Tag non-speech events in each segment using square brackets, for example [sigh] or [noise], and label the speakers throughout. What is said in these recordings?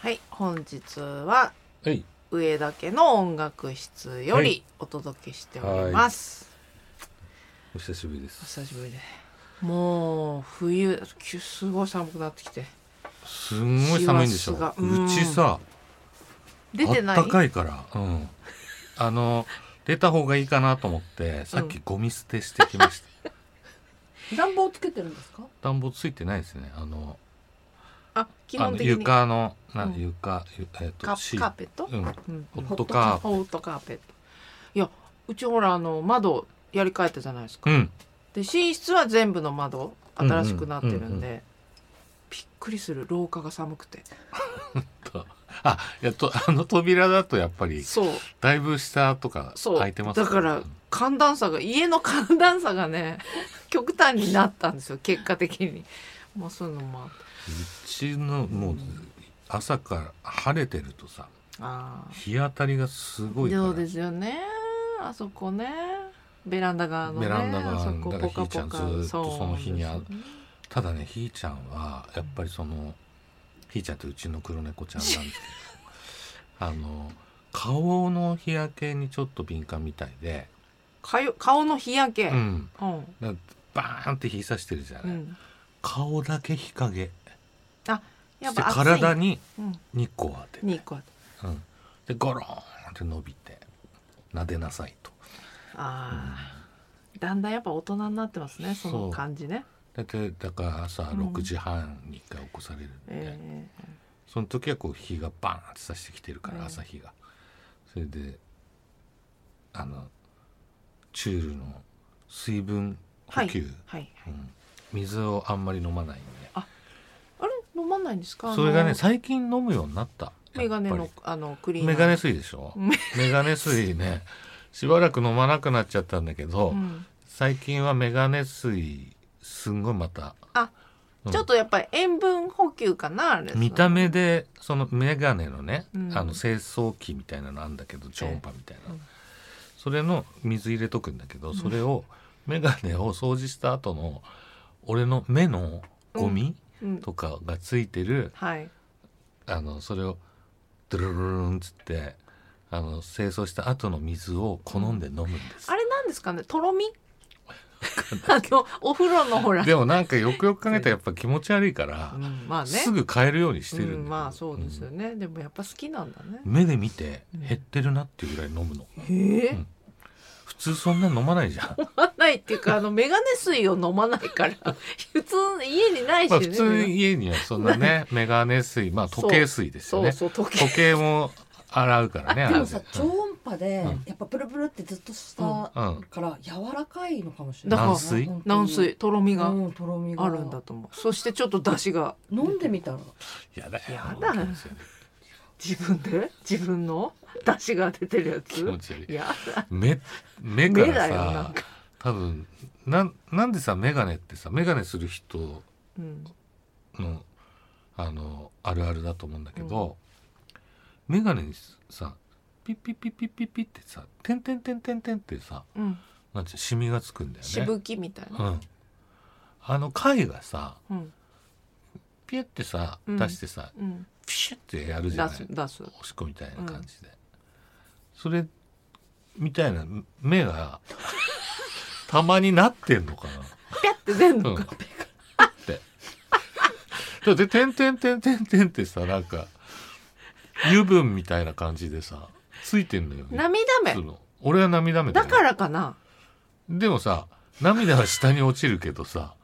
Speaker 1: はい、本日は
Speaker 2: はい、
Speaker 1: 上田家の音楽室よ
Speaker 2: は
Speaker 1: り
Speaker 2: い
Speaker 1: お届けしております。
Speaker 2: お久しぶりで
Speaker 1: お
Speaker 2: す。
Speaker 1: 久しぶりで、もう冬きすごい寒くなってきて
Speaker 2: すんごい寒いんでしょ
Speaker 1: 師走がうん
Speaker 2: うちさ、
Speaker 1: 出て
Speaker 2: あっ
Speaker 1: ない。
Speaker 2: たかいから、うん。あの、出た方がいいかなと思って、さっきゴミ捨てしてきました。 [laughs]
Speaker 3: 暖房つけてるんですか。
Speaker 2: 暖房ついてないですね。あの、
Speaker 1: あ、基
Speaker 2: あ
Speaker 1: 本
Speaker 2: の
Speaker 1: 的にカ
Speaker 2: 床の、な
Speaker 1: うん
Speaker 2: 床、ゆえっと、
Speaker 1: カ
Speaker 2: シ
Speaker 1: ーペット？
Speaker 2: うん、
Speaker 1: うん
Speaker 2: ホットカーペ
Speaker 1: ホットカーペット。いや、うちほらあの窓やり替えたじゃないですか。
Speaker 2: うん、
Speaker 1: で寝室は全部の窓新しくなってるんで、
Speaker 2: うんうんうん
Speaker 1: びっくりする廊下が寒くて。
Speaker 2: と。あ、いやと、あの扉だとやっぱり、
Speaker 1: そう。
Speaker 2: だいぶ下とか
Speaker 1: そう
Speaker 2: 開いてます
Speaker 1: だから寒暖差が家の寒暖差がね [laughs] 極端になったんですよ結果的にもうそういうのもあって
Speaker 2: うちの、もう、朝から晴れてるとさ、
Speaker 1: あ
Speaker 2: 日当たりがすごいから。
Speaker 1: そうですよねあそこねベランダ側のね
Speaker 2: ベランダ側
Speaker 1: あそこ
Speaker 2: だから
Speaker 1: ポカポカ
Speaker 2: ひーちゃんずっと
Speaker 1: う
Speaker 2: その日にあ
Speaker 1: なんですよね
Speaker 2: ただねひーちゃんはやっぱりそのひーちゃんってうちの黒猫ちゃんなんですけ
Speaker 1: [laughs]
Speaker 2: どあの顔の日焼けにちょっと敏感みたいで、
Speaker 1: かよ顔の日焼け、う
Speaker 2: うんん、
Speaker 1: うん
Speaker 2: だバーンって日差してるじゃない、顔だけ日陰
Speaker 1: や
Speaker 2: そ
Speaker 1: っ
Speaker 2: して
Speaker 1: ぱ暑い
Speaker 2: 体に
Speaker 1: うん
Speaker 2: 日光を当てて、
Speaker 1: にこう
Speaker 2: うん、でゴローンって伸びて撫でなさいと
Speaker 1: あーだんだんやっぱ大人になってますねそ
Speaker 2: そ
Speaker 1: の
Speaker 2: う
Speaker 1: 感じね
Speaker 2: だってだから朝
Speaker 1: うん
Speaker 2: 6時半に1回起こされるんで、
Speaker 1: ええ
Speaker 2: その時はこう日がバーンって差してきてるか
Speaker 1: うん
Speaker 2: ら朝日が、それであのチュールの水分補給、
Speaker 1: はい
Speaker 2: うん水をあんまり飲まないんで
Speaker 1: あれ飲まないんですか
Speaker 2: それが
Speaker 1: あ
Speaker 2: ね
Speaker 1: の
Speaker 2: 最近飲むようになった
Speaker 1: メガネ
Speaker 2: や
Speaker 1: の
Speaker 2: っぱ
Speaker 1: あのクリ
Speaker 2: り
Speaker 1: ーナー
Speaker 2: メガネ水でしょ
Speaker 1: うん
Speaker 2: メガネ水ねしばらく飲まなくなっちゃったんだけど、
Speaker 1: うん
Speaker 2: 最近はメガネ水すんごいまた
Speaker 1: あ
Speaker 2: うん
Speaker 1: ちょっとやっぱり塩分補給かなあれ
Speaker 2: 見た目でそのメガネのね、
Speaker 1: うん
Speaker 2: あの清掃機みたいなのあんだけど超音波みたいな、
Speaker 1: うん
Speaker 2: それの水入れとくんだけどそれをメガネを掃除した後の俺の目のゴミ
Speaker 1: うん
Speaker 2: とかがついてる、
Speaker 1: はい
Speaker 2: あのそれをドゥルルルルンっつってあの清掃した後の水を好んで飲むんです
Speaker 1: あ。れなんですかねとろみあのお風呂のほら、
Speaker 2: でもなんかよくよく考えたらやっぱ気持ち悪いから
Speaker 1: う、ん、まあね
Speaker 2: すぐ変えるようにしてるんだけど
Speaker 1: うん、まあそうですよね、でもやっぱ好きなんだね
Speaker 2: 目で見て
Speaker 1: うん
Speaker 2: 減ってるなっていうぐらい飲むの
Speaker 1: へえ、
Speaker 2: うん普通そんな飲まないじゃん
Speaker 1: 飲ま [laughs] ないっていうかあのメガネ水を飲まないから普通家にないし
Speaker 2: ま
Speaker 1: ね、
Speaker 2: あ普通家にはそん
Speaker 1: [laughs]
Speaker 2: なねメガネ水まあ時計水です
Speaker 1: そ
Speaker 2: よ
Speaker 1: う
Speaker 2: ね
Speaker 1: そう時計
Speaker 2: 時計も洗
Speaker 1: [laughs]
Speaker 2: うからね
Speaker 3: で
Speaker 2: あ
Speaker 3: も
Speaker 2: れ
Speaker 3: さ
Speaker 2: で、
Speaker 3: 超音波で
Speaker 2: うん、
Speaker 3: やっぱプルプルってずっとした
Speaker 2: うんうん
Speaker 3: から、柔らかいのかもしれな
Speaker 1: だ
Speaker 3: い。
Speaker 1: から軟
Speaker 2: 水
Speaker 3: 本当に
Speaker 1: 軟水。とろみが
Speaker 3: うん、とろみが
Speaker 1: あるんだ。と思う、そしてちょっと出汁が
Speaker 3: 飲んでみたら。
Speaker 2: やだよ
Speaker 1: やだ自分で自分の出汁が出てるや
Speaker 2: 気持
Speaker 1: つ
Speaker 2: ち悪い
Speaker 1: いや
Speaker 2: 目目か
Speaker 1: 目だよな
Speaker 2: ら
Speaker 1: ん
Speaker 2: さ
Speaker 1: か、
Speaker 2: 多分なんなんでさメガネってさメガネする人
Speaker 1: うん、
Speaker 2: のあのあるあるだと思うんだけど、メガネにさピッピッピッピッピッピッってさ「てんてんてんてんてん」ってさ
Speaker 1: うん、
Speaker 2: なんていうのシミがつくんだよね。
Speaker 1: しぶきみたいな、
Speaker 2: うん、あの貝がさ
Speaker 1: うん
Speaker 2: ピュってさ
Speaker 1: うん
Speaker 2: 出してさ、
Speaker 1: うん、
Speaker 2: ピシュってやる
Speaker 1: 出
Speaker 2: じゃない
Speaker 1: す出す
Speaker 2: おしっこみたいな感じで、それみたいな
Speaker 1: [laughs]
Speaker 2: 目がたまになってんのか
Speaker 1: ペッて出ん
Speaker 2: な、う
Speaker 1: の
Speaker 2: ん、っ
Speaker 1: か、
Speaker 2: てだって「てんてんてんてんてん」ってさなんか油分みたいな感じでさついてんのよ
Speaker 1: 涙目
Speaker 2: その俺は涙目だ
Speaker 1: だ
Speaker 2: よ
Speaker 1: からかな
Speaker 2: でもさ涙は下に落ちるけどさ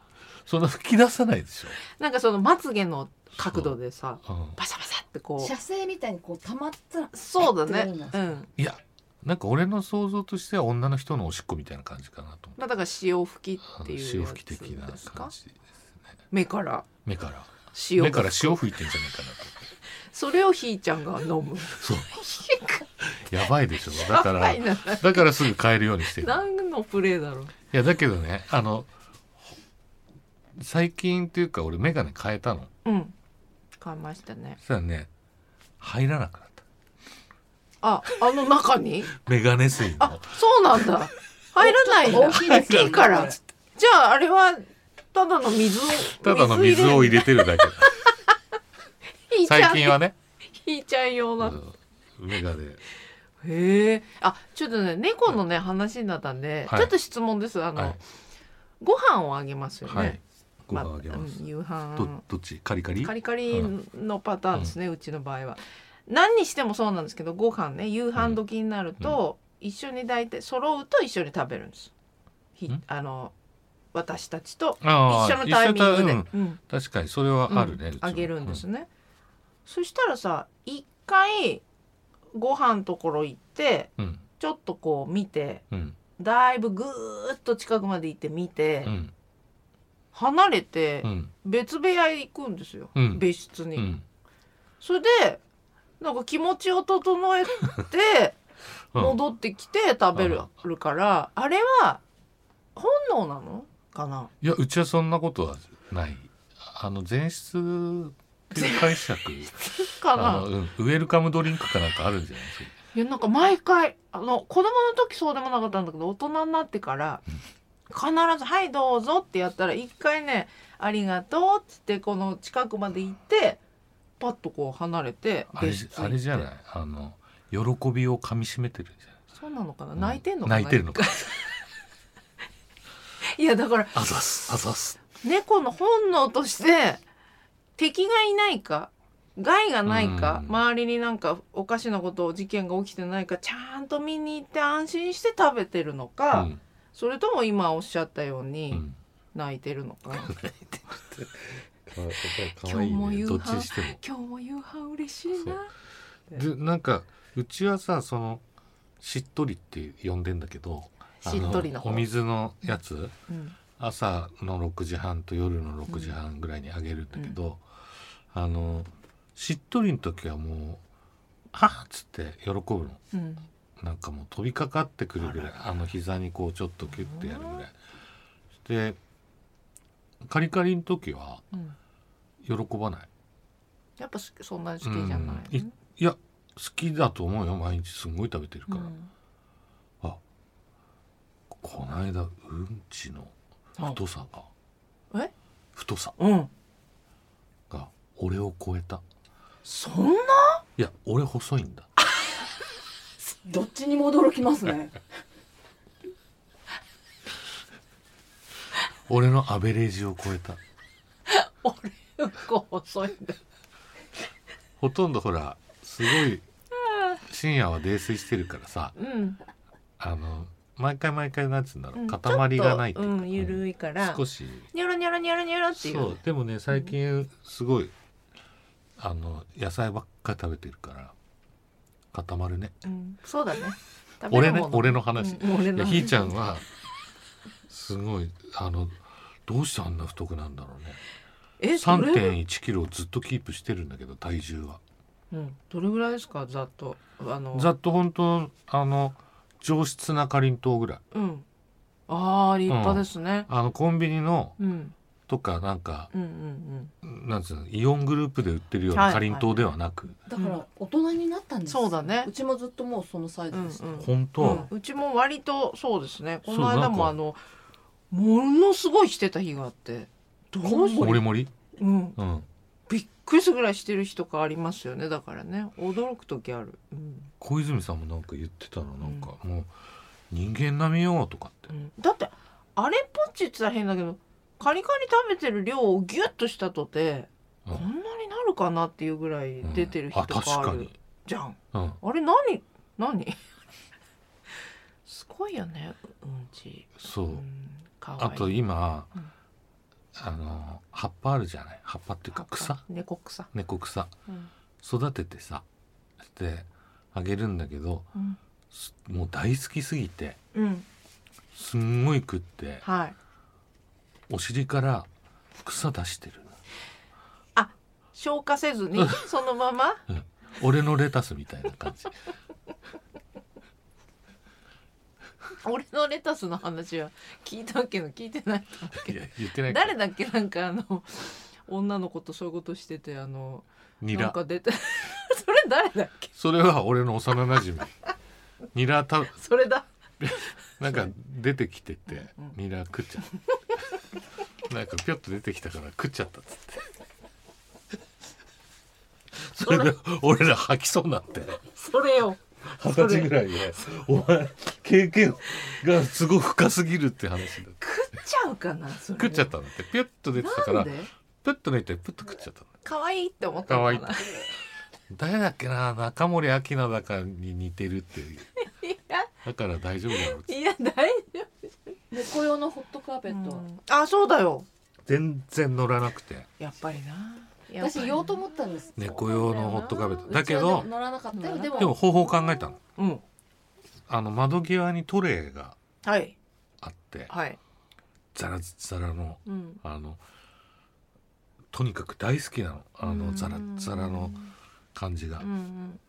Speaker 2: そんな吹き出さないでし
Speaker 1: なんかそのまつげの角度でさ
Speaker 2: ょ、うん、
Speaker 1: バサバサってこ
Speaker 3: 射精みたいにこう溜まったら
Speaker 1: うそうだ
Speaker 3: ってなる
Speaker 1: ね
Speaker 3: んだ
Speaker 1: うん
Speaker 2: いやなんか俺の想像としては女の人のおしっこみたいな感じかなと思
Speaker 1: まあだから潮吹きっ
Speaker 2: ってて
Speaker 1: いうやつ
Speaker 2: 潮吹き的な
Speaker 1: ですか
Speaker 2: 感じですね
Speaker 1: 目から
Speaker 2: 目から
Speaker 1: 潮
Speaker 2: 目
Speaker 1: が
Speaker 2: から潮吹いてんじゃないかな
Speaker 1: それをひーちゃんが飲む
Speaker 2: とそう
Speaker 1: [laughs]
Speaker 2: やばいでしょだか
Speaker 1: や
Speaker 2: ら
Speaker 1: ばいな
Speaker 2: だからすぐ変えるようにしてる
Speaker 1: 何のプレーだろう
Speaker 2: いやだけどねあの最近っていうか俺眼鏡変えたの
Speaker 1: うん買いましたね
Speaker 2: そしたらね入らなくなった
Speaker 1: ああの中に
Speaker 2: 眼鏡水
Speaker 1: あ
Speaker 2: の、
Speaker 1: そうなんだ。入らないんだ。
Speaker 3: 大きいですよ
Speaker 1: 大きいから。じゃああれはただの水を
Speaker 2: ただの水を
Speaker 1: 入 [laughs]
Speaker 2: 入れてるだけ
Speaker 1: れひーちゃん
Speaker 2: 最近はね
Speaker 1: ひいちゃん用な
Speaker 2: うんメガネ
Speaker 1: へえ。あ、ちょっとね、猫のね、話になったんで、
Speaker 2: はい
Speaker 1: ちょっと質問です。あの、
Speaker 2: はい
Speaker 1: ご飯をあげますよね。
Speaker 2: はいご飯あげま
Speaker 1: あう
Speaker 2: す
Speaker 1: ん夕
Speaker 2: ど
Speaker 1: 飯。
Speaker 2: どっちカリカリ
Speaker 1: カリカリのパターンですね、うちの場合は。何にしてもそうなんですけど、ご飯ね、夕飯時になると、一緒に大体揃うと一緒に食べるんです。ひ
Speaker 2: うん
Speaker 1: あの、私たちと
Speaker 2: あ
Speaker 1: 一緒
Speaker 2: ー
Speaker 1: のタイミングで
Speaker 2: 一緒のタイミング、
Speaker 1: うん
Speaker 2: 確かにそれはあるね
Speaker 1: う
Speaker 2: うんちも
Speaker 1: あげるんですね、そしたらさ一回ご飯のところ行って
Speaker 2: うん
Speaker 1: ちょっとこう見て
Speaker 2: うん
Speaker 1: だいぶぐーっと近くまで行って見て、
Speaker 2: うん
Speaker 1: 離れて
Speaker 2: うん
Speaker 1: 別部屋へ行くんですよ、
Speaker 2: うん
Speaker 1: 別室に、
Speaker 2: うん
Speaker 1: それでなんか気持ちを整えて
Speaker 2: うん
Speaker 1: 戻ってきて食べるから、あれは本能なのか
Speaker 2: [laughs]
Speaker 1: ない
Speaker 2: やうちはそんなことはないあの前室っていう
Speaker 1: [laughs]
Speaker 2: 解釈
Speaker 1: かな
Speaker 2: あの、うん、ウェルカムドリンクかなんかあるんじゃないですか
Speaker 1: いやなんか毎回あの子供の時そうでもなかったんだけど大人になってから必ず「はいどうぞ」ってやったら一回ね「ありがとう」っつってこの近くまで行ってパッとこう離れて
Speaker 2: あれ
Speaker 1: 別室行って
Speaker 2: あれじゃないあの喜びをかみしめてるんじゃない
Speaker 1: そうなのかな
Speaker 2: うん
Speaker 1: 泣いてんのかな、
Speaker 2: 泣いてるのか
Speaker 1: いやだから
Speaker 2: あざすあざす
Speaker 1: 猫の本能として敵がいないか害がないか、
Speaker 2: うん
Speaker 1: 周りになんかおかしなこと事件が起きてないかちゃんと見に行って安心して食べてるの
Speaker 2: う
Speaker 1: か、
Speaker 2: ん
Speaker 1: それとも今おっしゃったように。
Speaker 2: うん
Speaker 1: 泣いてるのか
Speaker 2: かわ
Speaker 1: かわいいね今日も夕飯
Speaker 2: どっちにしても
Speaker 1: 今日も夕飯嬉しいな
Speaker 2: でなんかうちはさそのしっとりって呼んでんだけどあ
Speaker 1: しっとりの方
Speaker 2: お水のやつ
Speaker 1: うん
Speaker 2: 朝の6時半と夜の6時半ぐらいにあげるんだけど、あのしっとりの時はもう「はっ!」つって喜ぶの
Speaker 1: うん
Speaker 2: なんかもう飛びかかってくるぐらいあの膝にこうちょっとキュッてやるぐらいでカリカリの時は
Speaker 1: うん
Speaker 2: 喜ばない
Speaker 1: やっぱすそんなに好きじゃない
Speaker 2: うんいいや好きだと思うよ毎日すんごい食べてる
Speaker 1: う
Speaker 2: から、
Speaker 1: ん
Speaker 2: あこの間うんちの
Speaker 1: あ
Speaker 2: 太さが
Speaker 1: え
Speaker 2: 太さ
Speaker 1: うん
Speaker 2: が俺を超えた
Speaker 1: そんない
Speaker 2: や俺細いんだ
Speaker 3: どっちにも驚きますね。
Speaker 2: 俺のアベレージを超えた
Speaker 1: 俺こう遅いんだ
Speaker 2: ほとんどほらすごい深夜は泥酔してるからさ
Speaker 1: うん
Speaker 2: あの毎回毎回なんつうんだろ
Speaker 1: うん
Speaker 2: う塊がないっ
Speaker 1: ち
Speaker 2: て
Speaker 1: ょっと
Speaker 2: いうか、
Speaker 1: うんゆる
Speaker 2: い
Speaker 1: いから
Speaker 2: 少し
Speaker 1: ニョロニョロニョロニョロってい
Speaker 2: そう
Speaker 1: う
Speaker 2: でもね最近すごいあの野菜ばっかり食べてるから固まるね
Speaker 1: うんそうだね食べ
Speaker 2: 俺
Speaker 1: る
Speaker 2: ね
Speaker 1: もの
Speaker 2: 俺の話、
Speaker 1: うん俺
Speaker 2: いや
Speaker 1: の
Speaker 2: ひー
Speaker 1: 話
Speaker 2: ちゃんはすごいあのどうしてあんな太くなんだろうね
Speaker 1: えそれ
Speaker 2: 3 1キロをずっとキープしてるんだけど体重は
Speaker 1: うんどれぐらいですかざっとあの
Speaker 2: ざっと本当あの上質なかりんとうぐらい
Speaker 1: うんああ立派ですね
Speaker 2: あのコンビニの
Speaker 1: うん
Speaker 2: とかなんか
Speaker 1: うんうんうん
Speaker 2: なんつうのイオングループで売ってるようなかりんとうではなく、
Speaker 3: だから大人になったんです。
Speaker 1: そうだね
Speaker 3: うちもずっともうそのサイズ
Speaker 1: うんう
Speaker 3: でした。
Speaker 1: ん
Speaker 2: 本当、
Speaker 1: うん、うちも割とそうですねこの
Speaker 2: そう
Speaker 1: 間
Speaker 2: なん
Speaker 1: も
Speaker 2: か
Speaker 1: あのものすごいしてた日があってどうし
Speaker 3: こん
Speaker 2: もりもり
Speaker 1: うん、
Speaker 2: うん
Speaker 1: びっくりするぐらいしてる日とかありますよねだからね驚く時ある、うん
Speaker 2: 小泉さんもなんか言ってたのなんか、もう人間並みよとかって
Speaker 1: うんだってあれっぽっちって言ったら変だけどカリカリ食べてる量をギュッとしたとて、
Speaker 2: うん
Speaker 1: こんなになるかなっていうぐらい出てる日と
Speaker 2: うん
Speaker 1: か
Speaker 2: あ
Speaker 1: ある、
Speaker 2: 確かに
Speaker 1: じゃん
Speaker 2: うん
Speaker 1: あれ何何 [laughs] すごいよねうんち、、
Speaker 2: そううん
Speaker 1: かわい
Speaker 2: あ
Speaker 1: い
Speaker 2: と今、
Speaker 1: うん
Speaker 2: あの葉っぱあるじゃない葉っぱっていうか草
Speaker 1: 猫草、
Speaker 2: 猫草
Speaker 1: うん
Speaker 2: 育ててさしてあげるんだけど
Speaker 1: うん
Speaker 2: すもう大好きすぎて
Speaker 1: うん、
Speaker 2: すんごい食って
Speaker 1: はい。
Speaker 2: お尻から草出してるの
Speaker 1: 消化せずにそのまま。
Speaker 2: 俺のレタスみたいな感じ
Speaker 1: 俺のレタスの話は聞いたけど聞いてない。
Speaker 2: [laughs] いや言ってない
Speaker 1: 誰だっけなんかあの女の子とそういうことしててあの
Speaker 2: ニ
Speaker 1: なん
Speaker 2: ラ
Speaker 1: か出て [laughs] それ誰だっけ
Speaker 2: [laughs] それは俺の幼馴染ニラた
Speaker 1: それだ。
Speaker 2: なんか出てきてて
Speaker 1: うん
Speaker 2: ニラ食っちゃ
Speaker 1: [laughs] [laughs]
Speaker 2: ったなんかぴょっと出てきたから食っちゃったっつってそれで俺ら吐きそうになって
Speaker 1: それよ
Speaker 2: 二十歳ぐらいでお前経験がすごい深すぎるって話だ
Speaker 1: 食っちゃうかなそれ
Speaker 2: 食っちゃったんだってピュッと出てたか
Speaker 1: なん
Speaker 2: ら
Speaker 1: で
Speaker 2: プッと抜いてプッと食っちゃったの
Speaker 1: 可愛いって思ったのかな
Speaker 2: 可誰だっけな中森明菜だかに似てるっていう
Speaker 1: いや
Speaker 2: だから大丈夫だろう
Speaker 1: いや大丈
Speaker 3: 猫用のホットカーペ
Speaker 1: 夫
Speaker 3: ット、
Speaker 1: うんあそうだよ
Speaker 2: 全然乗らなくて
Speaker 1: やっぱりな
Speaker 3: 私言おうと思ったんです
Speaker 2: 猫用のホットカーペットだけ
Speaker 3: うちは
Speaker 2: ど
Speaker 3: 乗らなかったよでも
Speaker 2: でも方法考えたの
Speaker 1: うん
Speaker 2: あの窓際にトレーが
Speaker 1: はい
Speaker 2: あって
Speaker 1: はい
Speaker 2: ザラザラの
Speaker 1: うん
Speaker 2: あのとにかく大好きなのあのザラザラの感じが
Speaker 1: うんうん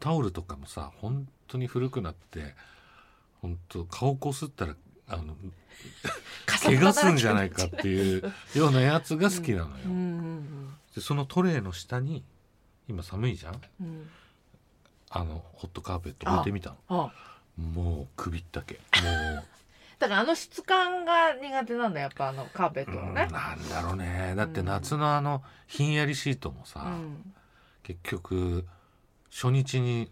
Speaker 2: タオルとかもさ本当に古くなって本当顔こすったらあの怪我すんじゃないかっていうようなやつが好きなのよ。
Speaker 1: うんうん
Speaker 2: でそのトレーの下に今寒いじゃん
Speaker 1: うんうん
Speaker 2: あのホットカーペット置いてみたの
Speaker 1: あ
Speaker 2: もう首ったけも
Speaker 1: [laughs] だからあの質感が苦手なんだやっぱあのカーペッ
Speaker 2: う、
Speaker 1: ト
Speaker 2: う
Speaker 1: は
Speaker 2: ん
Speaker 1: ね
Speaker 2: なんだろうねだって夏のあのひんやりシートも
Speaker 1: う
Speaker 2: さ、
Speaker 1: ん
Speaker 2: 結局初日に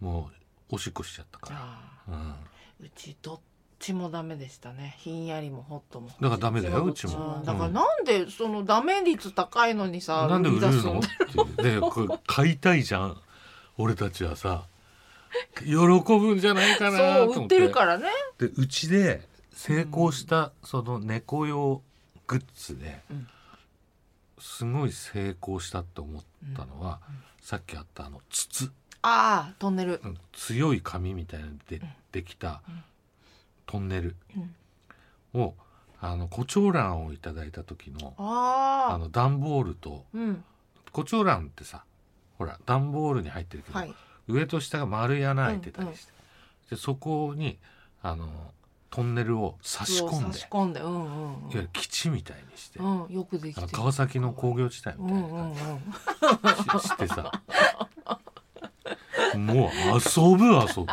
Speaker 2: もうおしっこしちゃったか
Speaker 1: あ
Speaker 2: ら、うん、
Speaker 1: ーうちどっちもダメでしたねひんやりもホットも
Speaker 2: だからダメだようち
Speaker 1: う
Speaker 2: も
Speaker 3: うんん
Speaker 1: だからなんでそのダメ率高いのにさ
Speaker 2: なんで売れ
Speaker 1: 売り出
Speaker 2: る
Speaker 1: す
Speaker 2: の
Speaker 1: の
Speaker 2: っていうでこれ買いたいじゃん俺たちはさ喜ぶんじゃないかなと思
Speaker 1: そう売ってるからね
Speaker 2: でうちで成功したその猫用グッズで
Speaker 1: うん
Speaker 2: すごい成功したって思ったのは、さっきあったあの筒、
Speaker 1: ああトンネル
Speaker 2: うん強い紙みたいなのでできた
Speaker 1: うん
Speaker 2: トンネル
Speaker 1: うん
Speaker 2: をあの胡蝶蘭をいただいた時のあ
Speaker 1: ああ
Speaker 2: の段ボールと
Speaker 1: うん
Speaker 2: 胡蝶蘭ってさほら段ボールに入ってるけど、
Speaker 1: はい
Speaker 2: 上と下が丸い穴開いてたりして、でそこにあのトンネルを差し込んで
Speaker 1: 差し込んでうんうん
Speaker 2: いわゆる基地みたいにして、
Speaker 1: うんうんよくできて
Speaker 2: あの
Speaker 1: る
Speaker 2: 川崎の工業地帯
Speaker 1: う
Speaker 2: み
Speaker 1: ん
Speaker 2: たいうなん
Speaker 1: う
Speaker 2: 感
Speaker 1: ん
Speaker 2: じししてさもう遊ぶ遊ぶ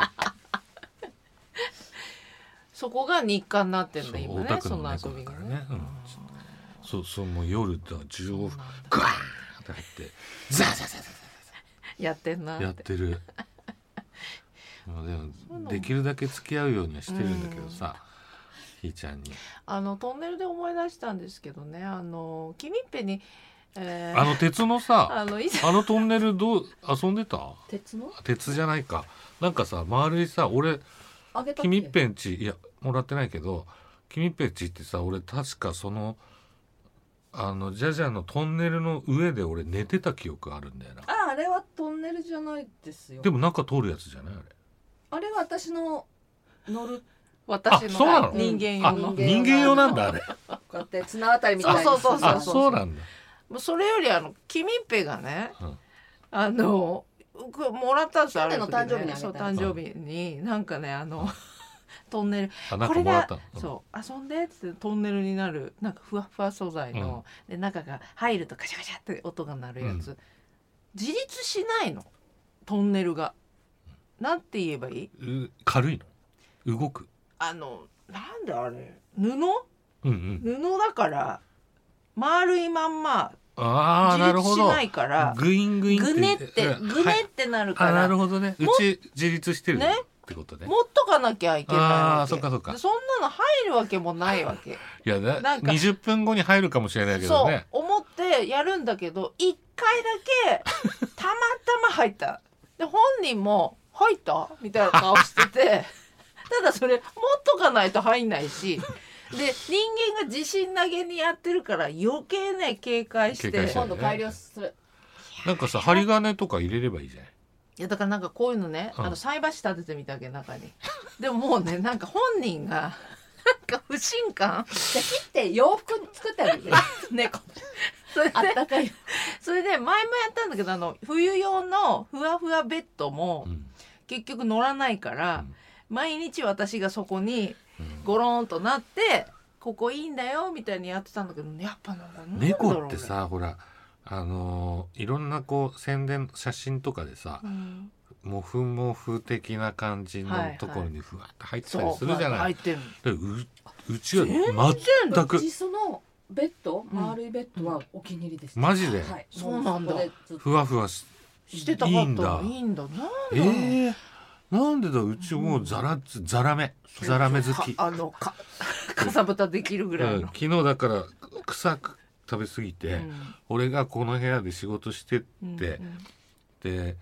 Speaker 1: そこが日課になってんだ
Speaker 2: そう
Speaker 1: 今
Speaker 2: オ
Speaker 1: ね
Speaker 2: タク
Speaker 1: そ
Speaker 2: の
Speaker 1: の
Speaker 2: 猫
Speaker 1: 遊びが
Speaker 2: だからねうんそうそうもう夜だ15分
Speaker 1: あ
Speaker 2: ガーンって入ってザザザザ
Speaker 1: ーやってんな
Speaker 2: ザや
Speaker 1: っ
Speaker 2: ってて [laughs] るもうでもできるだけ付き合うようにはしてるんだけどさ、ひーちゃんに
Speaker 1: あのトンネルで思い出したんですけどねあの君っぺにえー
Speaker 2: あの鉄のさ
Speaker 1: あの以前
Speaker 2: あのトンネルどう遊んでた
Speaker 3: 鉄の
Speaker 2: 鉄じゃないかなんかさ丸いさ俺
Speaker 3: あげたっけ
Speaker 2: 君っぺんちいやもらってないけど君っぺんちってさ俺確かそのあのジャジャのトンネルの上で俺寝てた記憶あるんだよな
Speaker 3: ああれはトンネルじゃないですよ
Speaker 2: でも中通るやつじゃないあれ
Speaker 3: あれは私の乗る
Speaker 1: 私
Speaker 2: あそうな
Speaker 1: の
Speaker 2: の
Speaker 1: 人間
Speaker 2: あ
Speaker 1: 用の
Speaker 3: 人
Speaker 2: 人
Speaker 3: 間
Speaker 2: 間用なんだあれ
Speaker 3: こうやって綱渡りみたいな
Speaker 1: そうそうそう
Speaker 2: あそうなんだ
Speaker 1: もうそれよりあの君っぺがね、
Speaker 2: うん
Speaker 1: あのこうもらったんですよある時ね
Speaker 3: 去年の誕生日にあげた
Speaker 1: そう誕生日になんかねあの [laughs] トンネル
Speaker 2: あなん
Speaker 1: こ
Speaker 2: か
Speaker 1: れ
Speaker 2: もらっ
Speaker 1: が
Speaker 2: たのうん
Speaker 1: そう遊んでっつってトンネルになるなんかふわふわ素材の、で中が入るとカシャカシャって音が鳴るやつ、自立しないのトンネルが。なんて言えばいいう
Speaker 2: 軽いの動く
Speaker 1: あのなんであれ布
Speaker 2: うんうん
Speaker 1: 布だから丸いまんま
Speaker 2: ああな
Speaker 1: 自
Speaker 2: る
Speaker 1: 立
Speaker 2: ほ
Speaker 1: し
Speaker 2: ど
Speaker 1: ないから
Speaker 2: グイングイン
Speaker 1: ぐねって
Speaker 2: うん
Speaker 1: ぐ
Speaker 2: は
Speaker 1: ね
Speaker 2: い
Speaker 1: ってなるか
Speaker 2: あ
Speaker 1: ら、
Speaker 2: なるほどねうち自立してる
Speaker 1: ね
Speaker 2: ってことね
Speaker 1: 持っとかなきゃいけないわけ
Speaker 2: あーそっかそっか
Speaker 1: でんなの入るわけもないわけ
Speaker 2: いやな
Speaker 1: なんか
Speaker 2: 20分後に入るかもしれないけど
Speaker 1: そう
Speaker 2: ね
Speaker 1: 思ってやるんだけど一回だけたまたま入ったで本人も「入った?」みたいな顔して
Speaker 2: [laughs]
Speaker 1: てただそれ持っとかないと入んないしで人間が自信投げにやってるから余計ね警戒して
Speaker 2: 警戒して
Speaker 3: 今度改良する
Speaker 2: なんかさ針金とか入れればいいじゃない
Speaker 1: いやだからなんかこういうのね、
Speaker 2: うん
Speaker 1: あの菜箸立ててみたわけ中にでももうねなんか本人がなんか不信感
Speaker 3: じゃあ切って洋服作ってあげて
Speaker 1: 猫それで
Speaker 3: あったかい
Speaker 1: それで前もやったんだけどあの冬用のふわふわベッドも
Speaker 2: うん
Speaker 1: 結局乗らないから、毎日私がそこに
Speaker 2: うん
Speaker 1: ゴロンとなってここいいんだよみたいにやってたんだけどやっぱなんかなんだろうね
Speaker 2: 猫って、さほらあのーいろんなこう宣伝写真とかでさ
Speaker 1: うん
Speaker 2: モフモフ的な感じ
Speaker 1: はいは
Speaker 2: の
Speaker 1: い
Speaker 2: ところにふわって入ってたり
Speaker 1: そう
Speaker 2: するじゃない、
Speaker 1: 入ってる
Speaker 2: でううちは全く
Speaker 1: 全
Speaker 2: く
Speaker 3: うちそのベッド丸いベッドはお気に入りです、
Speaker 2: マジで
Speaker 3: はい、
Speaker 1: そうなんだ
Speaker 3: もこでずっと
Speaker 2: ふわふわし
Speaker 1: してた
Speaker 2: い
Speaker 1: か
Speaker 2: い
Speaker 1: っ
Speaker 2: ん
Speaker 1: た
Speaker 2: だ
Speaker 1: いいんだなんだ
Speaker 2: えー、なんでだうちもうザラつザラメザラメ好き、
Speaker 1: かあのかかさぶたできるぐら
Speaker 2: う
Speaker 1: い
Speaker 2: ん
Speaker 1: の
Speaker 2: 昨、日だから草食べ過ぎて、
Speaker 1: うん
Speaker 2: 俺がこの部屋で仕事してっ
Speaker 1: うん
Speaker 2: て
Speaker 1: う、ん
Speaker 2: で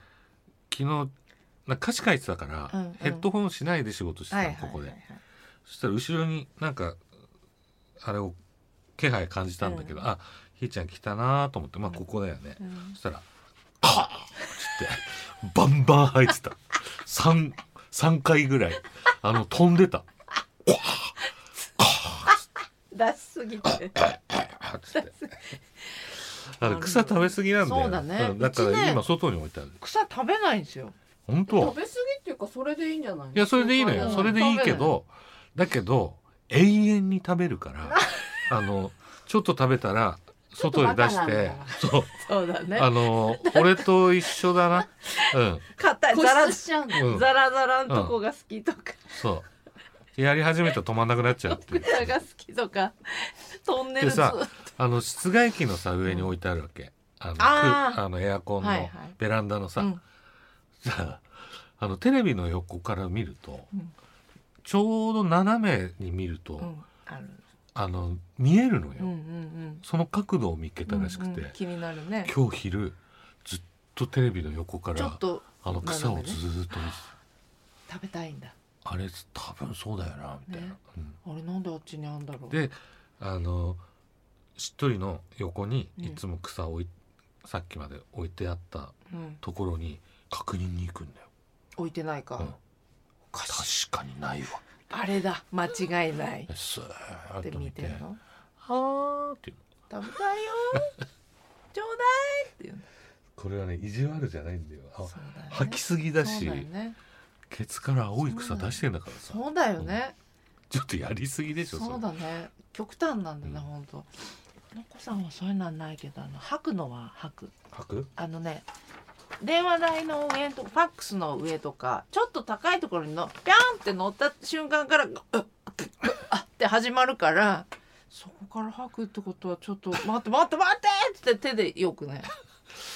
Speaker 2: 昨日なんか歌詞書いてたから、
Speaker 1: うんうん
Speaker 2: ヘッドホンしないで仕事してたの、
Speaker 1: はいはいはい
Speaker 2: ここで
Speaker 1: はい
Speaker 2: そしたら後ろになんかあれを気配感じたんだけど、
Speaker 1: うん
Speaker 2: あひーちゃん来たなーと思ってまあここだよね、
Speaker 1: うん
Speaker 2: そしたら「カーッ!」ってバンバン入ってた 3, 三回ぐらいあの飛んでた
Speaker 1: 出しすぎて
Speaker 2: あっつってだから草食べ過ぎなんだよ
Speaker 1: そうだね
Speaker 2: んだか
Speaker 1: うち
Speaker 2: ら
Speaker 1: ね
Speaker 2: 今外に置いてある
Speaker 1: 草食べないんですよ
Speaker 2: 本
Speaker 3: 食
Speaker 2: 当
Speaker 3: べ過ぎっていうかそれでいいんじゃない
Speaker 2: いやそれでいいの
Speaker 1: う
Speaker 2: よ
Speaker 1: ん
Speaker 2: それでいいけどだけど永遠に食べるから
Speaker 3: [laughs]
Speaker 2: あのちょっと食べたら外に出し
Speaker 3: ちょっとバカ
Speaker 2: て
Speaker 3: なんだ
Speaker 2: そう
Speaker 1: そうだね
Speaker 2: あの俺と一緒
Speaker 1: [laughs]
Speaker 2: だなうん
Speaker 1: 硬い
Speaker 3: 固
Speaker 1: ザラ
Speaker 3: 執しちゃうんだよ
Speaker 2: うん
Speaker 1: ザラザラのとこが好きとか、
Speaker 2: そうやり始めたら止まんなくなっちゃう
Speaker 1: [laughs]
Speaker 2: っていう
Speaker 1: 草が好きとかトンネル
Speaker 2: で
Speaker 1: ず
Speaker 2: さあの室外機のさ上に置いてあるわけ、あのく
Speaker 1: あー
Speaker 2: あのエアコンの
Speaker 1: はいはい
Speaker 2: ベランダのさ、
Speaker 1: うん
Speaker 2: さあのテレビの横から見ると、
Speaker 1: うん
Speaker 2: ちょうど斜めに見ると、
Speaker 1: うんある
Speaker 2: あの見えるのよ、
Speaker 1: うんうんうん
Speaker 2: その角度を見つけたらしくて、
Speaker 1: うんうん気になるね
Speaker 2: 今日昼ずっとテレビの横か
Speaker 1: ちょっ
Speaker 2: ら
Speaker 1: と
Speaker 2: あの草をずっと見てた、
Speaker 1: 食べたいんだ
Speaker 2: あれ多分そうだよなみたいな。
Speaker 1: ね
Speaker 2: うん
Speaker 1: あれなんであっちにあんだろう
Speaker 2: であのしっとりの横に
Speaker 1: うん
Speaker 2: いつも草を置い、さっきまで置いてあった
Speaker 1: うん、
Speaker 2: ところに確認に行くんだよ、
Speaker 1: 置いてないか、
Speaker 2: うん
Speaker 1: おかしい
Speaker 2: 確かにないわ
Speaker 1: あれだ間違いない
Speaker 2: でスー
Speaker 1: っ
Speaker 2: ッ
Speaker 1: て
Speaker 2: と見
Speaker 1: 見
Speaker 2: て
Speaker 1: てるの
Speaker 2: はーっていう
Speaker 1: 食
Speaker 2: [laughs]
Speaker 1: べたいよーちょうだいっていうの
Speaker 2: これはね意地悪じゃないんだよあ
Speaker 1: そうだよね
Speaker 2: 吐きすぎだし
Speaker 1: そうだよね
Speaker 2: ケツから青い草出してんだからさ
Speaker 1: そうだよね、
Speaker 2: ちょっとやりすぎでしょ
Speaker 1: そう
Speaker 2: れ
Speaker 1: だね極端なんだね、
Speaker 2: うん
Speaker 1: ほんとのこさんはそういうのはないけどあの吐くのは吐く
Speaker 2: 吐く
Speaker 1: あのね電話台の上とファックスの上とかちょっと高いところにのピャンって乗った瞬間からうっうっうっあって始まるからそこから吐くってことはちょっと「待って待って待って!」って手でよくね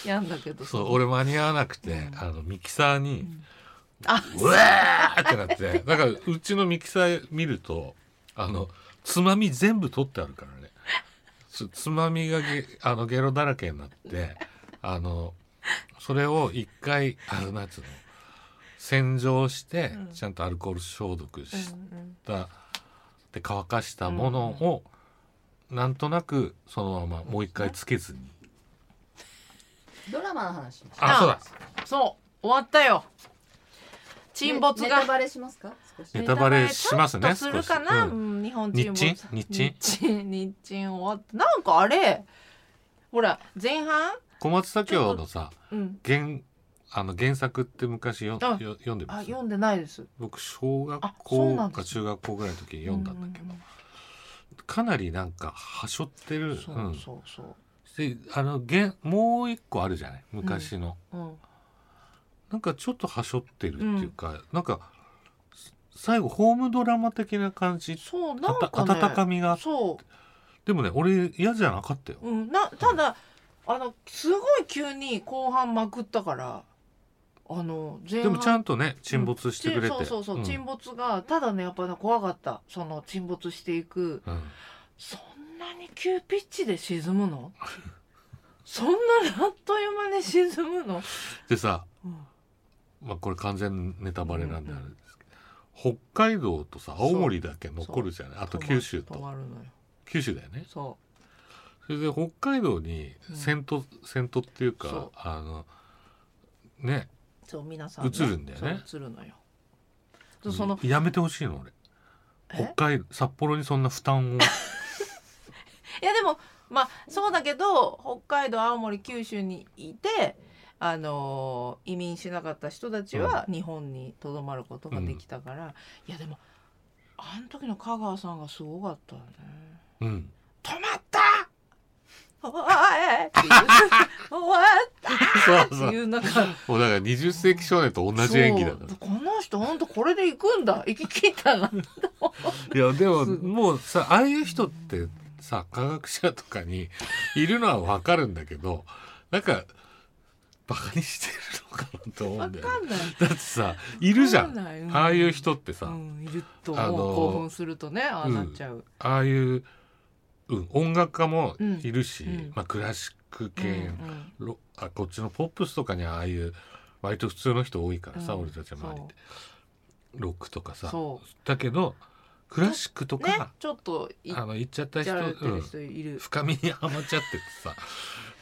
Speaker 1: やんだけど
Speaker 2: そう俺間に合わなくて、
Speaker 1: うん
Speaker 2: あのミキサー
Speaker 1: う
Speaker 2: に
Speaker 1: んあ
Speaker 2: うわーってなってだからうちのミキサー見るとあのつまみ全部取ってあるからねつつまみがゲあのゲロだらけになってあのそれを一回あのなんつうの洗浄して
Speaker 1: うん
Speaker 2: ちゃんとアルコール消毒し
Speaker 1: うん
Speaker 2: たで乾かしたものをなんとなくそのままもう一回つけずに
Speaker 3: ドラマの話しましょう
Speaker 2: あそうだ
Speaker 1: うんそう終わったよ沈没
Speaker 3: ね
Speaker 1: が
Speaker 3: ネタバレしますか少し
Speaker 2: ネタバレしますね
Speaker 1: ネタバレちょっとするかな、
Speaker 2: 少しう
Speaker 1: うん日本
Speaker 2: 日
Speaker 1: 沈没
Speaker 2: 清日清
Speaker 1: 日清日清終わってなんかあれほら前半
Speaker 2: 小松左京のさ
Speaker 1: うん
Speaker 2: 原あの原作って昔よ
Speaker 1: あ
Speaker 2: よ読んでま
Speaker 1: あ
Speaker 2: す
Speaker 1: 読んでないです
Speaker 2: 僕小学
Speaker 1: あそうな
Speaker 2: 校
Speaker 1: んで
Speaker 2: か
Speaker 1: す
Speaker 2: 中学校ぐらいの時に読んだんだけど、かなりなんかはしょって
Speaker 1: う
Speaker 2: る
Speaker 1: んそううんそうそう
Speaker 2: であの原もう一個あるじゃない昔の、
Speaker 1: うん
Speaker 2: なんかちょっとはしょってるっていうか、なんか最後ホームドラマ的な感じ
Speaker 1: そうな
Speaker 2: あ
Speaker 1: ん
Speaker 2: た
Speaker 1: かね
Speaker 2: 温かみが
Speaker 1: そ
Speaker 2: でもね俺嫌じゃなかったよ、
Speaker 1: ううんなただあのすごい急に後半まくったからあの前
Speaker 2: で
Speaker 1: 半
Speaker 2: もちゃんとね沈没してくれて、
Speaker 1: そうそうそう、
Speaker 2: ん
Speaker 1: 沈没がただねやっぱね怖かったその沈没していく
Speaker 2: うん
Speaker 1: そんなに急ピッチで沈むの
Speaker 2: [laughs]
Speaker 1: そんなあっという間に沈むの、
Speaker 2: でさ
Speaker 1: うん
Speaker 2: まあ、これ完全ネタバレなんで
Speaker 1: う
Speaker 2: あ
Speaker 1: んう
Speaker 2: れ
Speaker 1: ん
Speaker 2: ですけど、北海道とさ青森だけ残るじゃないあと九州
Speaker 1: 止
Speaker 2: と
Speaker 1: まるのよ
Speaker 2: 九州だよね
Speaker 1: そ
Speaker 2: それで北海道に
Speaker 1: うん
Speaker 2: 先頭、先頭っていう
Speaker 1: そ
Speaker 2: か
Speaker 1: う
Speaker 2: あのね
Speaker 1: うそう皆さん、
Speaker 2: 映るんだよね
Speaker 1: そう映るのよでその、
Speaker 2: やめてほしいの俺
Speaker 1: え
Speaker 2: 北海札幌にそんな
Speaker 1: [laughs]
Speaker 2: 負担を
Speaker 1: いやでもまあそうだけど北海道青森九州にいてあのー移民しなかった人たちは日本にとどまることができたから、いやでもあの時の香川さんがすごかったよね [laughs]
Speaker 2: うん
Speaker 1: 「止まった!」おーいっていう「おーい!」
Speaker 2: そう
Speaker 1: って
Speaker 2: そう
Speaker 1: いうなんか
Speaker 2: もうだから20世紀少年と同じ演技だか
Speaker 1: そうこの人ほんとこれで行くんだ行き切ったな
Speaker 2: らいやでも
Speaker 1: す
Speaker 2: もうさああいう人ってさ科学者とかにいるのはわかるんだけどなんかバカにしてるのかなと思う
Speaker 1: わ
Speaker 2: んだ
Speaker 1: か
Speaker 2: よ、ね、
Speaker 1: んない。
Speaker 2: だってさ [laughs] いるじゃ
Speaker 1: わか
Speaker 2: ん
Speaker 1: ないうん
Speaker 2: ああいう人ってさ、
Speaker 1: うん、いると
Speaker 2: あの
Speaker 1: もう興奮するとね、ああなっちゃう。
Speaker 2: ああいう、うん、音楽家もいるし、
Speaker 1: うんうん
Speaker 2: まあ、クラシック
Speaker 1: うん
Speaker 2: 系、ロあこっちのポップスとかにああいう割と普通の人多いからさ、
Speaker 1: うん
Speaker 2: 俺たちの周りってロックとか
Speaker 1: うん
Speaker 2: さ
Speaker 1: そう
Speaker 2: だけどクラシックとか、
Speaker 1: ね、ちょっとい
Speaker 2: あの行っちゃった
Speaker 1: じ
Speaker 2: 人、
Speaker 1: ゃられて
Speaker 2: う
Speaker 1: る
Speaker 2: ん
Speaker 1: 人いる。
Speaker 2: 深みにハマっちゃっててさ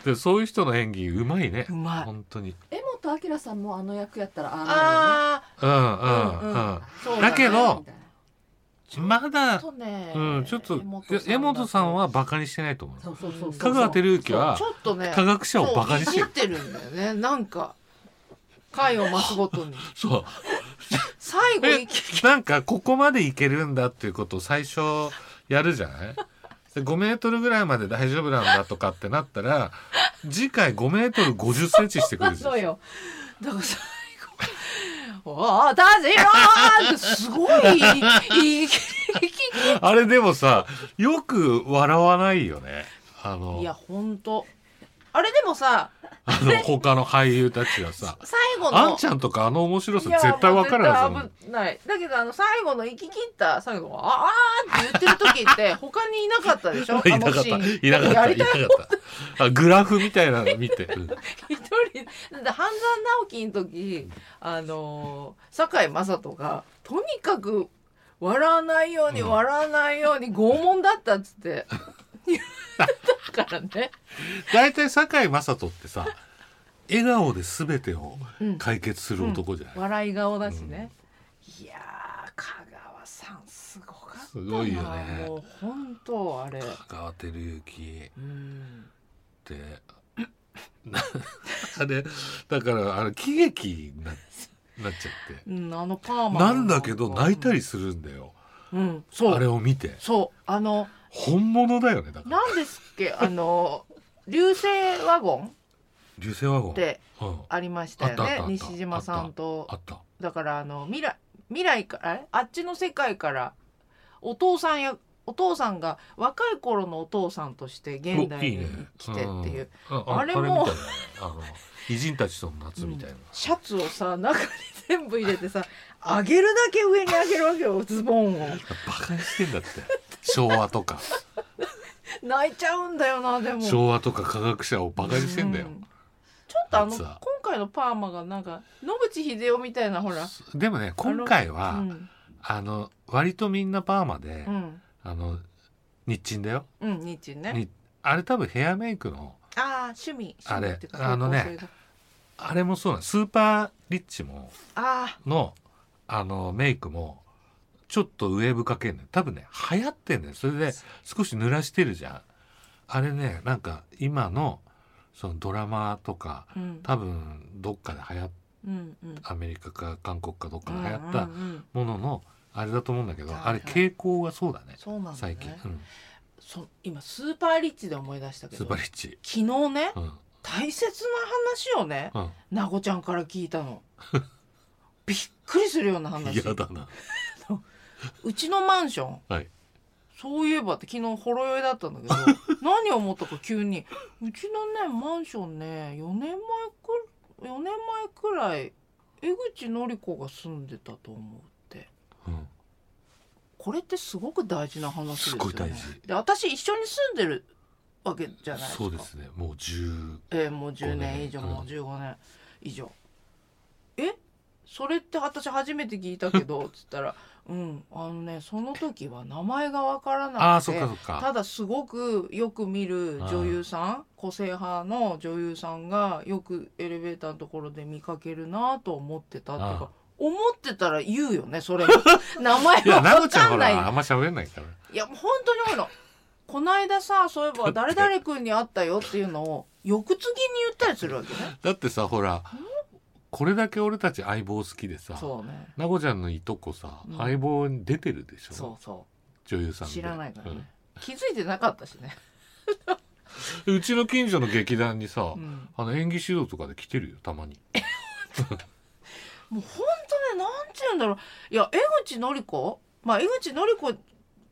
Speaker 2: でそういう人の演技うまいね
Speaker 1: うまい。
Speaker 2: 本当に
Speaker 3: 江本明さんもあの役やったらあ
Speaker 1: あ
Speaker 3: あな
Speaker 2: うんうん
Speaker 1: う
Speaker 2: うんん、
Speaker 1: うん
Speaker 3: るよね
Speaker 1: そう
Speaker 2: だけど
Speaker 3: あーみたいな
Speaker 2: ま
Speaker 1: あ、
Speaker 2: だ
Speaker 1: そうね。
Speaker 2: うんちょっと江本さんはバカにしてないと思う
Speaker 3: そうそうそうそう
Speaker 2: 香川照之
Speaker 1: そう
Speaker 2: は
Speaker 1: ちょっとね、
Speaker 2: 科学者をバカにして
Speaker 1: そうい
Speaker 2: る
Speaker 1: じってるんだよね。なんか回を待つごとに
Speaker 2: そう
Speaker 1: 最後
Speaker 2: え
Speaker 1: いき
Speaker 2: なんかここまでいけるんだっていうことを最初やるじゃないで5メートルぐらいまで大丈夫なんだとかってなったら次回5メートル50センチしてく
Speaker 1: な
Speaker 2: るじゃ
Speaker 1: の
Speaker 2: ん
Speaker 1: よ。だから最後、おーダジローってすごいいいい
Speaker 2: あれでもさよく笑わないよねあの
Speaker 1: いや本当。あれでもさ、
Speaker 2: あの他の俳優たちはさ
Speaker 1: 最後の
Speaker 2: あんちゃんとかあの面白さ絶対わかる
Speaker 1: や
Speaker 2: はず
Speaker 1: も
Speaker 2: な
Speaker 1: う
Speaker 2: の。
Speaker 1: 絶対危ない。だけどあの最後の行き切った最後のああーって言ってる時って他にいなかったでしょ
Speaker 2: [laughs] いなかっ
Speaker 1: あのシーン
Speaker 2: たいなかっ
Speaker 1: や
Speaker 2: た
Speaker 1: り
Speaker 2: いなかったあグラフみたいなの見て、うん
Speaker 1: 一人だって半沢直樹の時あのー堺雅人がとにかく笑わないように
Speaker 2: うん
Speaker 1: 笑わないように拷問だったっつって言ってたからね。
Speaker 2: 大体堺雅人ってさ笑顔で全てを
Speaker 1: うん
Speaker 2: 解決する男じゃない、
Speaker 1: 笑い顔だしね。いやー香川さんすごかったな。
Speaker 2: すごいよね
Speaker 1: もう本当あれ。
Speaker 2: 香川照之っ
Speaker 1: うん。
Speaker 2: てなあれだからあれ喜劇にななっちゃって
Speaker 1: うん、あのパーマ
Speaker 2: なんだけど泣いた
Speaker 1: り、
Speaker 2: りするんだよ
Speaker 1: うん、そ
Speaker 2: あれ
Speaker 1: う
Speaker 2: を見て
Speaker 1: そうあの
Speaker 2: 本物だよねだから
Speaker 1: なんですっ
Speaker 2: [laughs]
Speaker 1: けあの流星ワゴン
Speaker 2: 流星ワゴン
Speaker 1: って
Speaker 2: うん、
Speaker 1: ありましたよ
Speaker 2: あったあった
Speaker 1: ね
Speaker 2: あった
Speaker 1: 西島さんと
Speaker 2: あった
Speaker 1: だからあの未来未来からえあっちの世界からお父さんやお父さんが若い頃のお父さんとして現代に生きてっていう
Speaker 2: うんあ
Speaker 1: あれも
Speaker 2: あれみたいなのあの偉人たちとの夏みたいな、
Speaker 1: シャツをさ中に全部入れてさ上げるだけ上に上げるわけよズボンを
Speaker 2: バカにしてんだって昭和とか
Speaker 1: 泣いちゃうんだよなで [laughs] も
Speaker 2: 昭和とか科学者をバカにしてんだよ
Speaker 1: う、ちょっとあの
Speaker 2: あいつ
Speaker 1: 今
Speaker 2: は
Speaker 1: 回のパーマがなんか野口英世みたいなほら、
Speaker 2: でもね今回は、
Speaker 1: うん、
Speaker 2: あの割とみんなパーマで、
Speaker 1: うん、
Speaker 2: あの日清だよ、
Speaker 1: うん、ニッチね。
Speaker 2: にあれ多分ヘアメイクの
Speaker 1: ああ、趣味。
Speaker 2: あれ
Speaker 1: 趣味っていうか
Speaker 2: あのね。あれもそうなのスーパーリッチも
Speaker 1: あ
Speaker 2: のあのメイクもちょっとウェーブかけんね多分ね流行ってんねそれで少し濡らしてるじゃんあれねなんか今のそのドラマとか
Speaker 1: あ、うん、
Speaker 2: 多分どっかで流行っ
Speaker 1: うん、うん。
Speaker 2: アメリカか韓国かどっかで流行っ
Speaker 1: う
Speaker 2: た
Speaker 1: んうんうん
Speaker 2: もののあれだと思うんだけど
Speaker 1: はい
Speaker 2: あれ傾向がそうだね
Speaker 1: そうなんだ
Speaker 2: 最近、
Speaker 1: ね
Speaker 2: う。ん、
Speaker 1: そ今スーパーリッチで思い出したけ
Speaker 2: ス
Speaker 1: ど、
Speaker 2: ーパー
Speaker 1: 昨
Speaker 2: リッチ、
Speaker 1: 日ね
Speaker 2: うん
Speaker 1: 大切な話をね、
Speaker 2: うん、
Speaker 1: なごちゃんから聞いたの。びっくりするような話
Speaker 2: 嫌。だな。
Speaker 1: うちのマンション、
Speaker 2: はい。
Speaker 1: そういえばって昨日ほろ酔いだったんだけ
Speaker 2: [laughs]
Speaker 1: ど何を思ったか急にうちのねマンションね4年前く4年前くらい江口のり子が住んでたと思うって
Speaker 2: うん。
Speaker 1: これってすごく大事な話ですよね
Speaker 2: すごい大事
Speaker 1: で私一緒に住んでるわけじゃないですか
Speaker 2: そうですね。もう十。
Speaker 1: えーもう10
Speaker 2: 5
Speaker 1: 年
Speaker 2: 年
Speaker 1: 以上
Speaker 2: うん
Speaker 1: もう15年以上えそれって私初めて聞いたけ
Speaker 2: [laughs]
Speaker 1: どつったらうんあのねその時は名前がわからなくて
Speaker 2: ああ、そっかそっか。
Speaker 1: ただすごくよく見る女優さん個性派の女優さんがよくエレベーターのところで見かけるなと思ってたっていう
Speaker 2: ああ
Speaker 1: か思ってたら言うよねそれも名前
Speaker 2: いや、
Speaker 1: が
Speaker 2: なご
Speaker 1: 分
Speaker 2: ちゃん
Speaker 1: か
Speaker 2: ほ
Speaker 1: んない
Speaker 2: ら、あんま喋んないから。
Speaker 1: いやもう本当に多いのこないださそういえば誰々君に会ったよっていうのを翌次に言ったりするわけね
Speaker 2: だってさ、ほら。これだけ俺たち相棒好きでさ。
Speaker 1: そうね
Speaker 2: なごちゃんのいとこさ
Speaker 1: うん、
Speaker 2: 相棒に出てるでし
Speaker 1: そ
Speaker 2: ょ
Speaker 1: うそ
Speaker 2: 女優さ
Speaker 1: うん
Speaker 2: で。
Speaker 1: 知らないから
Speaker 2: うん
Speaker 1: ね気づいてなかったしね
Speaker 2: うちの近所の劇団にさ
Speaker 1: う。ん
Speaker 2: あの演技指導とかで来てるよ、たまに。
Speaker 1: もう本当ねなんて言うんだろういや江口のり子まあ江口のり子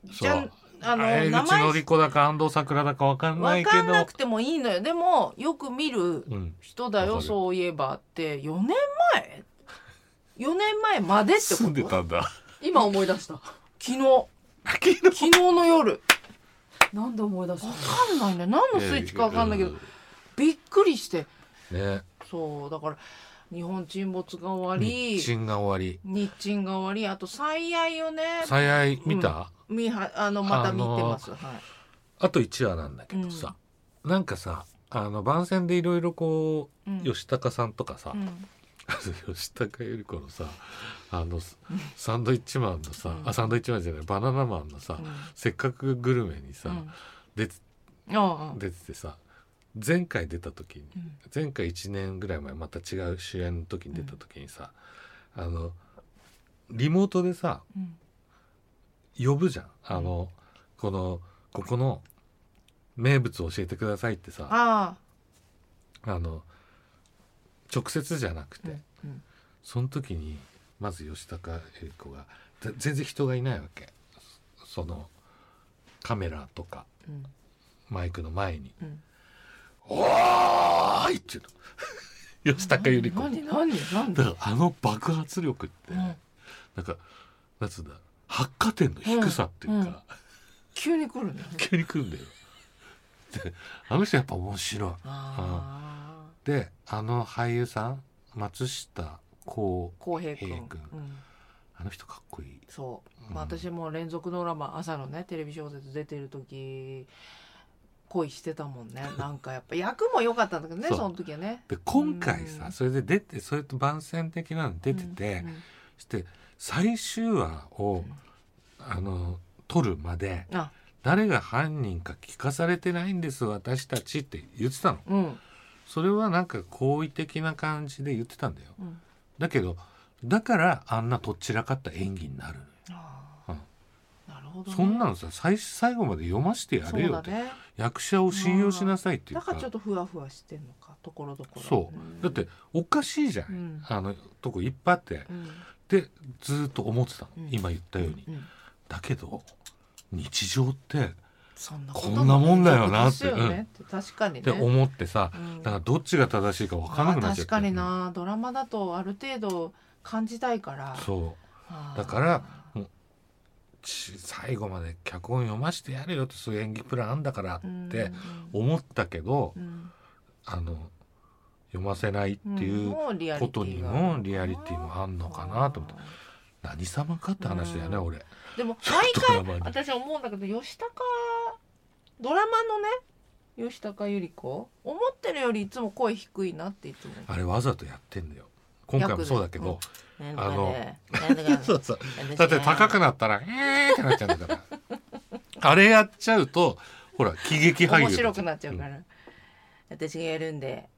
Speaker 1: じゃ
Speaker 2: そ
Speaker 1: ん
Speaker 2: う。
Speaker 1: あの
Speaker 2: あれ
Speaker 1: 名
Speaker 2: 江口
Speaker 1: 前
Speaker 2: のり子だか安藤桜だかわかんない
Speaker 1: 分
Speaker 2: け
Speaker 1: かん
Speaker 2: ど
Speaker 1: なくてもいいのよでもよく見る
Speaker 2: うん
Speaker 1: 人だ
Speaker 2: わ
Speaker 1: よ
Speaker 2: かる
Speaker 1: そういえばって4年前4年前までって
Speaker 2: 住んで
Speaker 1: こと
Speaker 2: たんだ
Speaker 3: 今思い出した。
Speaker 1: 昨日
Speaker 2: [laughs] 昨日
Speaker 1: 昨日の夜
Speaker 3: なんで思い出した
Speaker 1: 分
Speaker 3: の。
Speaker 1: かんないね何のスイッチか分かんないけど、びっくりして
Speaker 2: うんね
Speaker 1: そうだから日本沈没が終わり
Speaker 2: 日清が終わり
Speaker 1: 日沈が終わりあと最愛をね
Speaker 2: 最愛見た、
Speaker 1: 見はあのまた見てます、はい
Speaker 2: あと1話なんだけどさ、なんかさあの番宣でいろいろこ
Speaker 1: う、
Speaker 2: うん吉高さんとかさ、
Speaker 1: うん
Speaker 2: [laughs] 吉高由里子のさあのサンドイッチマンのさ、
Speaker 1: うん
Speaker 2: あサンドイッチマンじゃないバナナマンのさ、
Speaker 1: うん
Speaker 2: せっかくグルメにさ、
Speaker 1: うん
Speaker 2: 出て
Speaker 1: ああ
Speaker 2: 出ててさ前回出た時に
Speaker 1: うん
Speaker 2: 前回1年ぐらい前また違う主演の時に出た時にさ、あのリモートでさ
Speaker 1: うん
Speaker 2: 呼ぶじゃんあの、このここの名物を教えてくださいってさあ
Speaker 1: ああ
Speaker 2: の直接じゃなくて、
Speaker 1: うんうん
Speaker 2: その時にまず吉高由里子がぜ全然人がいないわけそのカメラとか
Speaker 1: うん
Speaker 2: マイクの前に
Speaker 1: うん
Speaker 2: 「おーい!」っていうの [laughs] 吉高由里子
Speaker 1: 何何何
Speaker 2: だからあの爆発力って、
Speaker 1: うん
Speaker 2: なんかなんつうんだ発火点の低さっていうか、
Speaker 1: 急に来るね
Speaker 2: 急に来るんだよ。であの人やっぱ面白い。
Speaker 1: ああ
Speaker 2: であの俳優さん松下幸
Speaker 1: 浩平
Speaker 2: 平
Speaker 1: 君
Speaker 2: 君
Speaker 1: うん
Speaker 2: あの人かっこいい。
Speaker 1: そう、
Speaker 2: うん
Speaker 1: まあ、私も連続ドラマ朝のねテレビ小説出てる時恋してたもん
Speaker 2: [laughs]
Speaker 1: ねなんかやっぱ役も良かったんだけどね
Speaker 2: そ
Speaker 1: そうの時はね。
Speaker 2: で今回さ、
Speaker 1: うん
Speaker 2: それで出てそれと番宣的なの出てて、して最終話を、あの撮るまで
Speaker 1: うん、あ
Speaker 2: 誰が犯人か聞かされてないんです私たちって言ってたの
Speaker 1: うん
Speaker 2: それはなんか好意的な感じで言ってたんだよ
Speaker 1: うん
Speaker 2: だけどだからあんなとっちらかった演技になるのよ
Speaker 1: あ
Speaker 2: うん
Speaker 1: ーなるほど、ね、
Speaker 2: そんなのさ最最後まで読ませてやれよっ
Speaker 1: そ
Speaker 2: て、
Speaker 1: うだね
Speaker 2: 役者を信用しなさいっていう
Speaker 1: だ
Speaker 2: か
Speaker 1: からちょっとふわふわしてんのかところどころ
Speaker 2: そう、
Speaker 1: ん
Speaker 2: だっておかしいじゃ、
Speaker 1: うんん
Speaker 2: あのとこいっぱいあって
Speaker 1: うん
Speaker 2: ってずーっと思ってたの、
Speaker 1: うん
Speaker 2: 今言ったように、
Speaker 1: うん
Speaker 2: だけど日常ってっ
Speaker 1: そんな
Speaker 2: こんなもんだよなって
Speaker 1: そうですよねって確かに
Speaker 2: て
Speaker 1: ね。
Speaker 2: 思ってさ、
Speaker 1: うん
Speaker 2: だからどっちが正しいか分からなくなっ
Speaker 1: 確
Speaker 2: ちゃって
Speaker 1: かになドラマだとある程度感じたいから
Speaker 2: そ
Speaker 1: あー
Speaker 2: だからうち最後まで脚本読ませてやれよってそういう演技プランあんだからって思ったけど、
Speaker 1: うん
Speaker 2: あの読ませないって
Speaker 1: ん
Speaker 2: いう
Speaker 1: もリアリテ
Speaker 2: こ
Speaker 1: ィが
Speaker 2: とにもリアリティもあんのかなと思って
Speaker 1: あ
Speaker 2: 何様かって話だよね、
Speaker 1: うん
Speaker 2: 俺。
Speaker 1: ーでも毎
Speaker 2: ドラ
Speaker 1: 回
Speaker 2: マに
Speaker 1: 私思うんだけど吉高ドラマのね吉高由里子思ってるよりいつも声低いなっていつも
Speaker 2: あれわざとやってんだよ今回もそうだけど、
Speaker 1: なん
Speaker 2: あの
Speaker 1: なんだかね
Speaker 2: そうそう [laughs] だって高くなったら「えー」ってなっちゃうんだからあれやっちゃうとほら喜劇俳優
Speaker 1: 面白くなっちゃうか
Speaker 2: ん
Speaker 1: ら、私がやるんで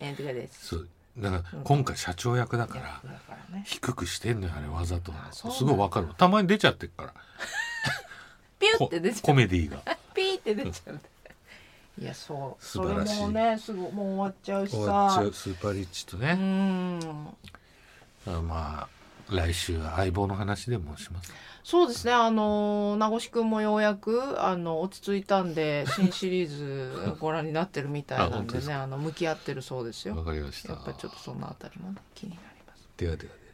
Speaker 1: なんとかです
Speaker 2: そうだから今回社長役だ
Speaker 1: だ
Speaker 2: から
Speaker 1: だからね
Speaker 2: 低くしてんのよあれわざと
Speaker 1: あそうなんだ
Speaker 2: すごいわかるたまに出ちゃってるから
Speaker 1: ピュ
Speaker 2: こ
Speaker 1: って出ちゃう
Speaker 2: コメディが
Speaker 1: ピーって出ちゃうんだいやそう
Speaker 2: 素晴らしい
Speaker 1: それもねすぐもう終わっちゃうし
Speaker 2: 終わっち
Speaker 1: さ
Speaker 2: ゃうスーパーリッチと
Speaker 1: う
Speaker 2: ね、
Speaker 1: ん
Speaker 2: あまあ来週は相棒の話でもします
Speaker 1: そうですねあの名越くんもようやくあの落ち着いたんで新シリーズご覧になってるみたい
Speaker 2: [laughs] あ
Speaker 1: なん
Speaker 2: 本当
Speaker 1: で
Speaker 2: です
Speaker 1: ねあの向き合ってるそうです
Speaker 2: わ
Speaker 1: よ
Speaker 2: かりました
Speaker 1: やっぱちょっとそのあたりもね気になります
Speaker 2: ではではでは